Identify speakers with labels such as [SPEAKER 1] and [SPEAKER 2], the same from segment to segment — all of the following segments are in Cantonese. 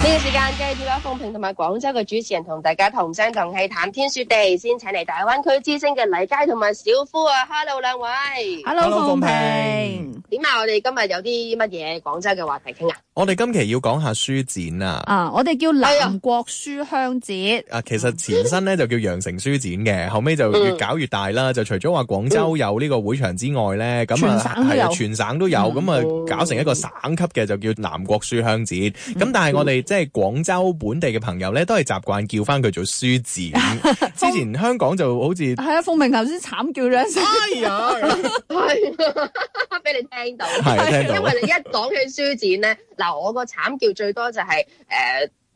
[SPEAKER 1] 時間繼續有鳳平同埋廣州嘅主持人同大家同聲同氣談天說地，先請嚟大灣區之星嘅黎佳同埋小夫啊，Hello 兩位，
[SPEAKER 2] Hello，
[SPEAKER 3] Hello，
[SPEAKER 2] 鳳
[SPEAKER 3] 鳳
[SPEAKER 2] 平
[SPEAKER 3] 平
[SPEAKER 1] 點啊？我哋今日有啲乜嘢廣州嘅話題傾啊？
[SPEAKER 3] 我哋今期要講下書展啊！
[SPEAKER 2] 啊，我哋叫
[SPEAKER 1] 哎呀
[SPEAKER 2] 南國書香節，
[SPEAKER 3] 啊，其實前身咧就叫羊城書展
[SPEAKER 2] 嗯
[SPEAKER 3] 嘅，後尾就越搞越大啦。就除咗話廣州有呢個會場之外咧，咁啊
[SPEAKER 2] 全省都有
[SPEAKER 3] 係啊全省都有，
[SPEAKER 1] 嗯
[SPEAKER 3] 咁啊搞成一個省級嘅就叫南國書香節。
[SPEAKER 2] 嗯
[SPEAKER 3] 咁但係我哋即係廣州本地嘅朋友咧，都係習慣叫翻佢做書 展。之前香港就好似
[SPEAKER 2] 係啊，鳳明頭先慘叫咗一聲，
[SPEAKER 3] 哎呀，
[SPEAKER 1] 係 俾你聽到，
[SPEAKER 3] 係聽到
[SPEAKER 1] 因為你一講起書展咧，嗱，我個慘叫最多就係、誒。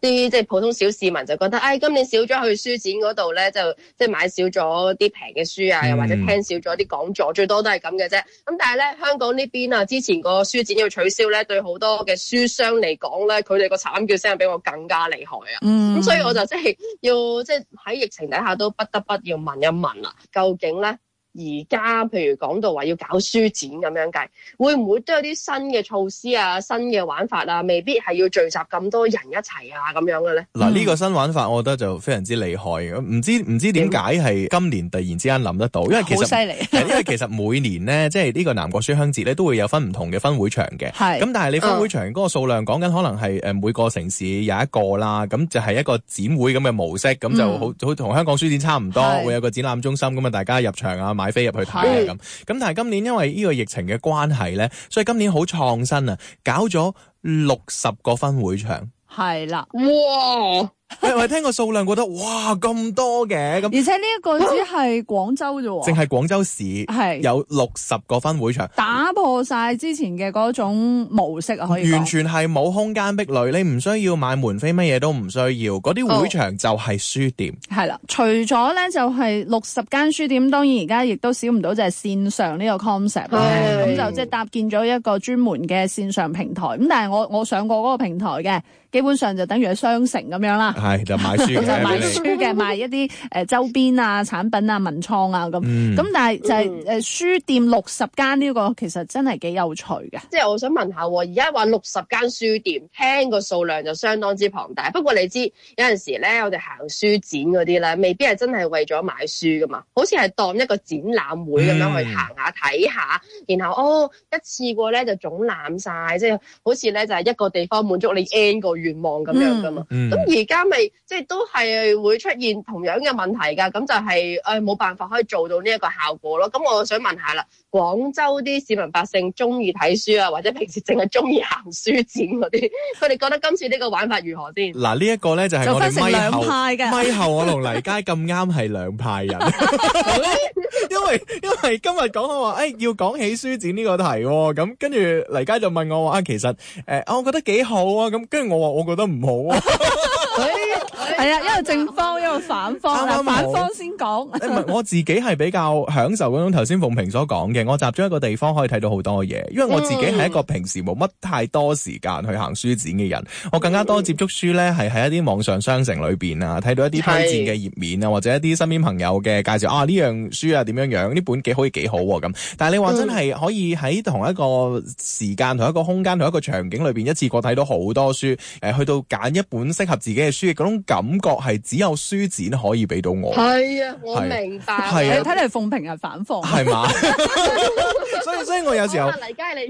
[SPEAKER 1] 啲即係普通小市民就覺得，唉、今年少咗去書展嗰度咧，就即係買少咗啲平嘅書啊，又或者
[SPEAKER 3] 嗯
[SPEAKER 1] 聽少咗啲講座，最多都係咁嘅啫。咁但係咧，香港呢邊啊，之前個書展要取消咧，對好多嘅書商嚟講咧，佢哋個慘叫聲比我更加厲害啊！
[SPEAKER 2] 嗯，
[SPEAKER 1] 咁所以我就即係要即係喺疫情底下都不得不要問一問啦，究竟咧而家譬如講到話要搞書展咁樣計，會唔會都有啲新嘅措施啊、新嘅玩法啊，未必係要聚集咁多人一齊啊咁樣嘅咧？
[SPEAKER 2] 嗯
[SPEAKER 3] 嗱呢個新玩法，我覺得就非常之厲害。唔知唔知點解係今年突然之間諗得到，因為其
[SPEAKER 2] 好
[SPEAKER 3] 實
[SPEAKER 2] 犀利，
[SPEAKER 3] 係因為其實每年咧，即係呢個南國書香節咧，都會有分唔同嘅分會場嘅。
[SPEAKER 2] 係
[SPEAKER 3] 咁但係你分會場嗰個數量講緊可能係誒每個城市有一個啦，咁就係一個展會咁嘅模式，咁就好好同香港書展差唔多，
[SPEAKER 2] 係
[SPEAKER 3] 會有個展覽中心咁啊，大家入場啊買飛入去睇啊
[SPEAKER 1] 係
[SPEAKER 3] 咁。咁但係今年因為呢個疫情嘅關係咧，所以今年好創新啊，搞咗六十個分會場。
[SPEAKER 2] 係啦，
[SPEAKER 1] 哇！
[SPEAKER 3] 係咪聽個數量覺得哇咁多 嘅咁？
[SPEAKER 2] 而且呢一個只係廣州啫
[SPEAKER 3] 淨
[SPEAKER 2] 喎，
[SPEAKER 3] 係廣州市
[SPEAKER 2] 係
[SPEAKER 3] 有六十個分會場。
[SPEAKER 2] 打破晒之前嘅嗰種模式啊，可以講
[SPEAKER 3] 完全係冇空間壁壘，你唔需要買門飛，乜嘢都唔需要。嗰啲
[SPEAKER 2] 哦
[SPEAKER 3] 會場就係書店，
[SPEAKER 2] 係啦，除咗咧就係六十間書店，當然而家亦都少唔到就係線上呢個 concept 啦。
[SPEAKER 1] 係
[SPEAKER 2] 咁就即係搭建咗一個專門嘅線上平台。咁但係我我上過嗰個平台嘅，基本上就等於係商城咁樣啦。
[SPEAKER 3] 係就買書
[SPEAKER 2] 咁就
[SPEAKER 3] 嘅
[SPEAKER 2] 賣
[SPEAKER 3] 俾
[SPEAKER 2] 書
[SPEAKER 3] 你。
[SPEAKER 2] 嘅，賣一啲誒周邊啊、產品啊、文創啊咁。
[SPEAKER 3] 嗯
[SPEAKER 2] 咁但係就係誒書店六十間呢個其實真係幾有趣嘅。
[SPEAKER 1] 即係我想問下喎，而家話六十間書店，聽個數量就相當之龐大。不過你知有陣時咧，我哋行書展嗰啲咧，未必係真係為咗買書噶嘛，好似係當一個展覽會咁樣去行下睇下，然後哦一次過咧就總覽晒，即係好似咧就係一個地方滿足你 N 個願望咁樣噶嘛。
[SPEAKER 3] 嗯
[SPEAKER 1] 咁而家咪即係都係會出現同樣嘅問題㗎，咁就係誒冇辦法可以做到呢一個效果咯。咁我想問下啦，廣州啲市民百姓中意睇書啊，或者平時淨係中意行書展嗰啲，佢哋覺得今次呢個玩法如何先？
[SPEAKER 3] 嗱呢一個咧就係
[SPEAKER 2] 就
[SPEAKER 3] 我
[SPEAKER 2] 分
[SPEAKER 3] 哋
[SPEAKER 2] 成
[SPEAKER 3] 咪
[SPEAKER 2] 兩
[SPEAKER 3] 後
[SPEAKER 2] 派啊嘅
[SPEAKER 3] 咪後，我同黎佳咁啱係兩 派人，因為因為今日講到話，誒、哎要講起書展呢個題喎，咁跟住黎佳就問我話啊，其實誒、呃我覺得幾好啊，咁跟住我話我覺得唔好啊。
[SPEAKER 2] 係啊，一個正方，一個反方啦。
[SPEAKER 3] 啱啱
[SPEAKER 2] 反
[SPEAKER 3] 好
[SPEAKER 2] 方先講。
[SPEAKER 3] 誒唔係啊我自己係比較享受嗰種頭先鳳平所講嘅，我集中一個地方可以睇到好多嘢，因為我自己係一個平時冇乜太多時間去行書展嘅人，我更加多接觸書呢係喺一啲網上商城裏邊啊，睇到一啲推薦嘅頁面啊，或者一啲身邊朋友嘅介紹啊，呢樣書啊點樣樣，呢本幾好幾好喎咁。但係你話真係可以喺同一個時間、同一個空間、同一個場景裏邊一次過睇到好多書，誒、去到揀一本適合自己嘅書，嗰種感覺係只有書展可以俾到我。
[SPEAKER 1] 係啊，我
[SPEAKER 3] 係
[SPEAKER 1] 明白。
[SPEAKER 3] 係
[SPEAKER 2] 誒
[SPEAKER 3] 啊
[SPEAKER 2] 睇嚟鳳平係反 方，
[SPEAKER 3] 係 嘛？所以所以我有時候
[SPEAKER 1] 好，啦黎佳你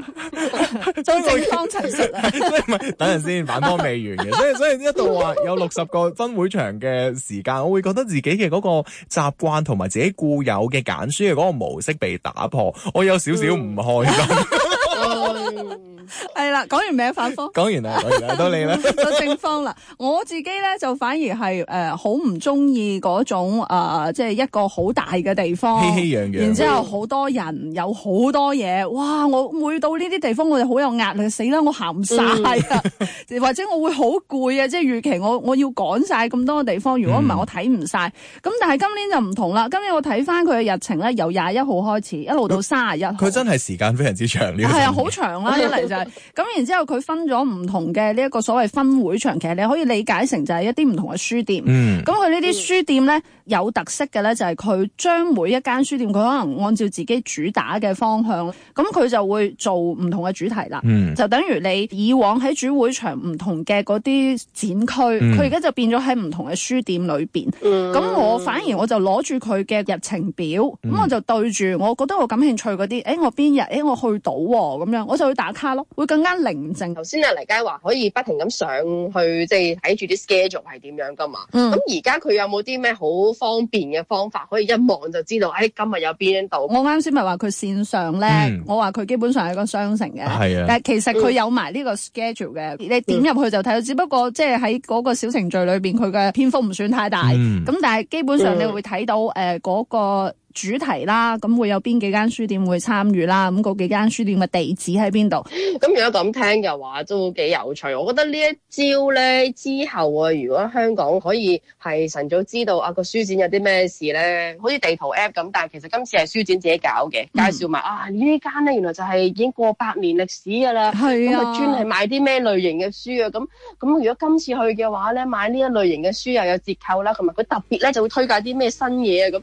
[SPEAKER 3] 所
[SPEAKER 2] 正
[SPEAKER 3] 以我
[SPEAKER 2] 方陳述啊。
[SPEAKER 3] 所以唔係等陣先，反方未完嘅。所以所以一度話有六十個分會場嘅時間，我會覺得自己嘅嗰個習慣同埋自己固有嘅揀書嘅嗰個模式被打破，我有少少唔開 心。。
[SPEAKER 1] 嗯
[SPEAKER 2] 係啦，講完名反方
[SPEAKER 3] 講完啦，講完啦，到你啦。
[SPEAKER 2] 就正方啦， 我自己咧就反而係誒好唔中意嗰種誒，即係一個好大嘅地方，
[SPEAKER 3] 熙熙攘攘
[SPEAKER 2] 哦然之後好多人，有好多嘢，哇！我每到呢啲地方，我就好有壓力，死啦！我行唔晒啊， 或者我會好攰啊，即係預期我我要趕晒咁多地方，如果唔係我睇唔晒。咁但係今年就唔同啦，今年我睇翻佢嘅日程咧，由廿一號開始，一路到三十一號。
[SPEAKER 3] 佢真係時間非常之長呢
[SPEAKER 2] 係
[SPEAKER 3] 個
[SPEAKER 2] 啊，
[SPEAKER 3] 生意
[SPEAKER 2] 好長啦，一嚟就係係咁然之後佢分咗唔同嘅呢一個所謂分會場，其實你可以理解成就係一啲唔同嘅書店。
[SPEAKER 3] 嗯，
[SPEAKER 2] 咁佢呢啲書店咧有特色嘅咧，就係佢將每一間書店佢可能按照自己主打嘅方向，咁佢就會做唔同嘅主題啦。
[SPEAKER 3] 嗯，
[SPEAKER 2] 就等於你以往喺主會場唔同嘅嗰啲展區，
[SPEAKER 3] 嗯
[SPEAKER 2] 佢而家就變咗喺唔同嘅書店裏邊。
[SPEAKER 1] 嗯
[SPEAKER 2] 咁、我反而我就攞住佢嘅日程表，咁、
[SPEAKER 3] 嗯
[SPEAKER 2] 我就對住我覺得我感興趣嗰啲，誒、我邊日誒、我去到喎咁樣，我就去打卡咯，會更加寧靜。
[SPEAKER 1] 頭先啊黎佳話可以不停咁上去，即係睇住啲 schedule 係點樣噶嘛。
[SPEAKER 2] 嗯
[SPEAKER 1] 咁而家佢有冇啲咩好方便嘅方法，可以一望就知道，誒、今日有邊度？
[SPEAKER 2] 我啱先咪話佢線上咧，
[SPEAKER 3] 嗯
[SPEAKER 2] 我話佢基本上係個商城嘅，
[SPEAKER 3] 係啊
[SPEAKER 2] 但係其實佢有埋呢個 schedule 嘅，你點入去就睇到，
[SPEAKER 1] 嗯
[SPEAKER 2] 只不過即係喺嗰個小程序裏邊，佢嘅篇幅唔算太大，咁、
[SPEAKER 3] 嗯
[SPEAKER 2] 但係基本上
[SPEAKER 1] 嗯
[SPEAKER 2] 你會睇到誒嗰、個。主題啦，咁會有邊幾間書店會參與啦，咁嗰幾間書店嘅地址喺邊度？
[SPEAKER 1] 咁如果咁聽嘅話，都幾有趣。我覺得呢一招咧，之後啊，如果香港可以係晨早知道啊個書展有啲咩事咧，好似地圖 app 咁，但係其實今次係書展自己搞嘅，介紹埋、啊呢間咧，原來就係已經過百年歷史㗎啦。
[SPEAKER 2] 係
[SPEAKER 1] 咁
[SPEAKER 2] 啊，
[SPEAKER 1] 啊，專係買啲咩類型嘅書啊？咁咁，如果今次去嘅話咧，買呢一類型嘅書又有折扣啦，同埋佢特別咧就會推介啲咩新嘢啊咁，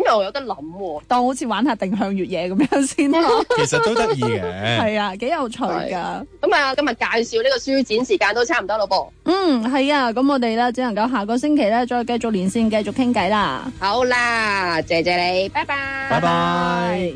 [SPEAKER 1] 咁又有得諗喎、
[SPEAKER 2] 當好似玩下定向越野咁樣先 咯，
[SPEAKER 3] 其實都得意
[SPEAKER 1] 嗯
[SPEAKER 3] 嘅。
[SPEAKER 2] 係啊，幾有趣㗎。
[SPEAKER 1] 咁啊，今日介紹呢個書展時間都差唔多咯噃。
[SPEAKER 2] 嗯，係啊，咁我哋咧只能夠下個星期咧再繼續連線，繼續傾偈啦。
[SPEAKER 1] 好啦，謝謝你，拜拜
[SPEAKER 3] 拜拜。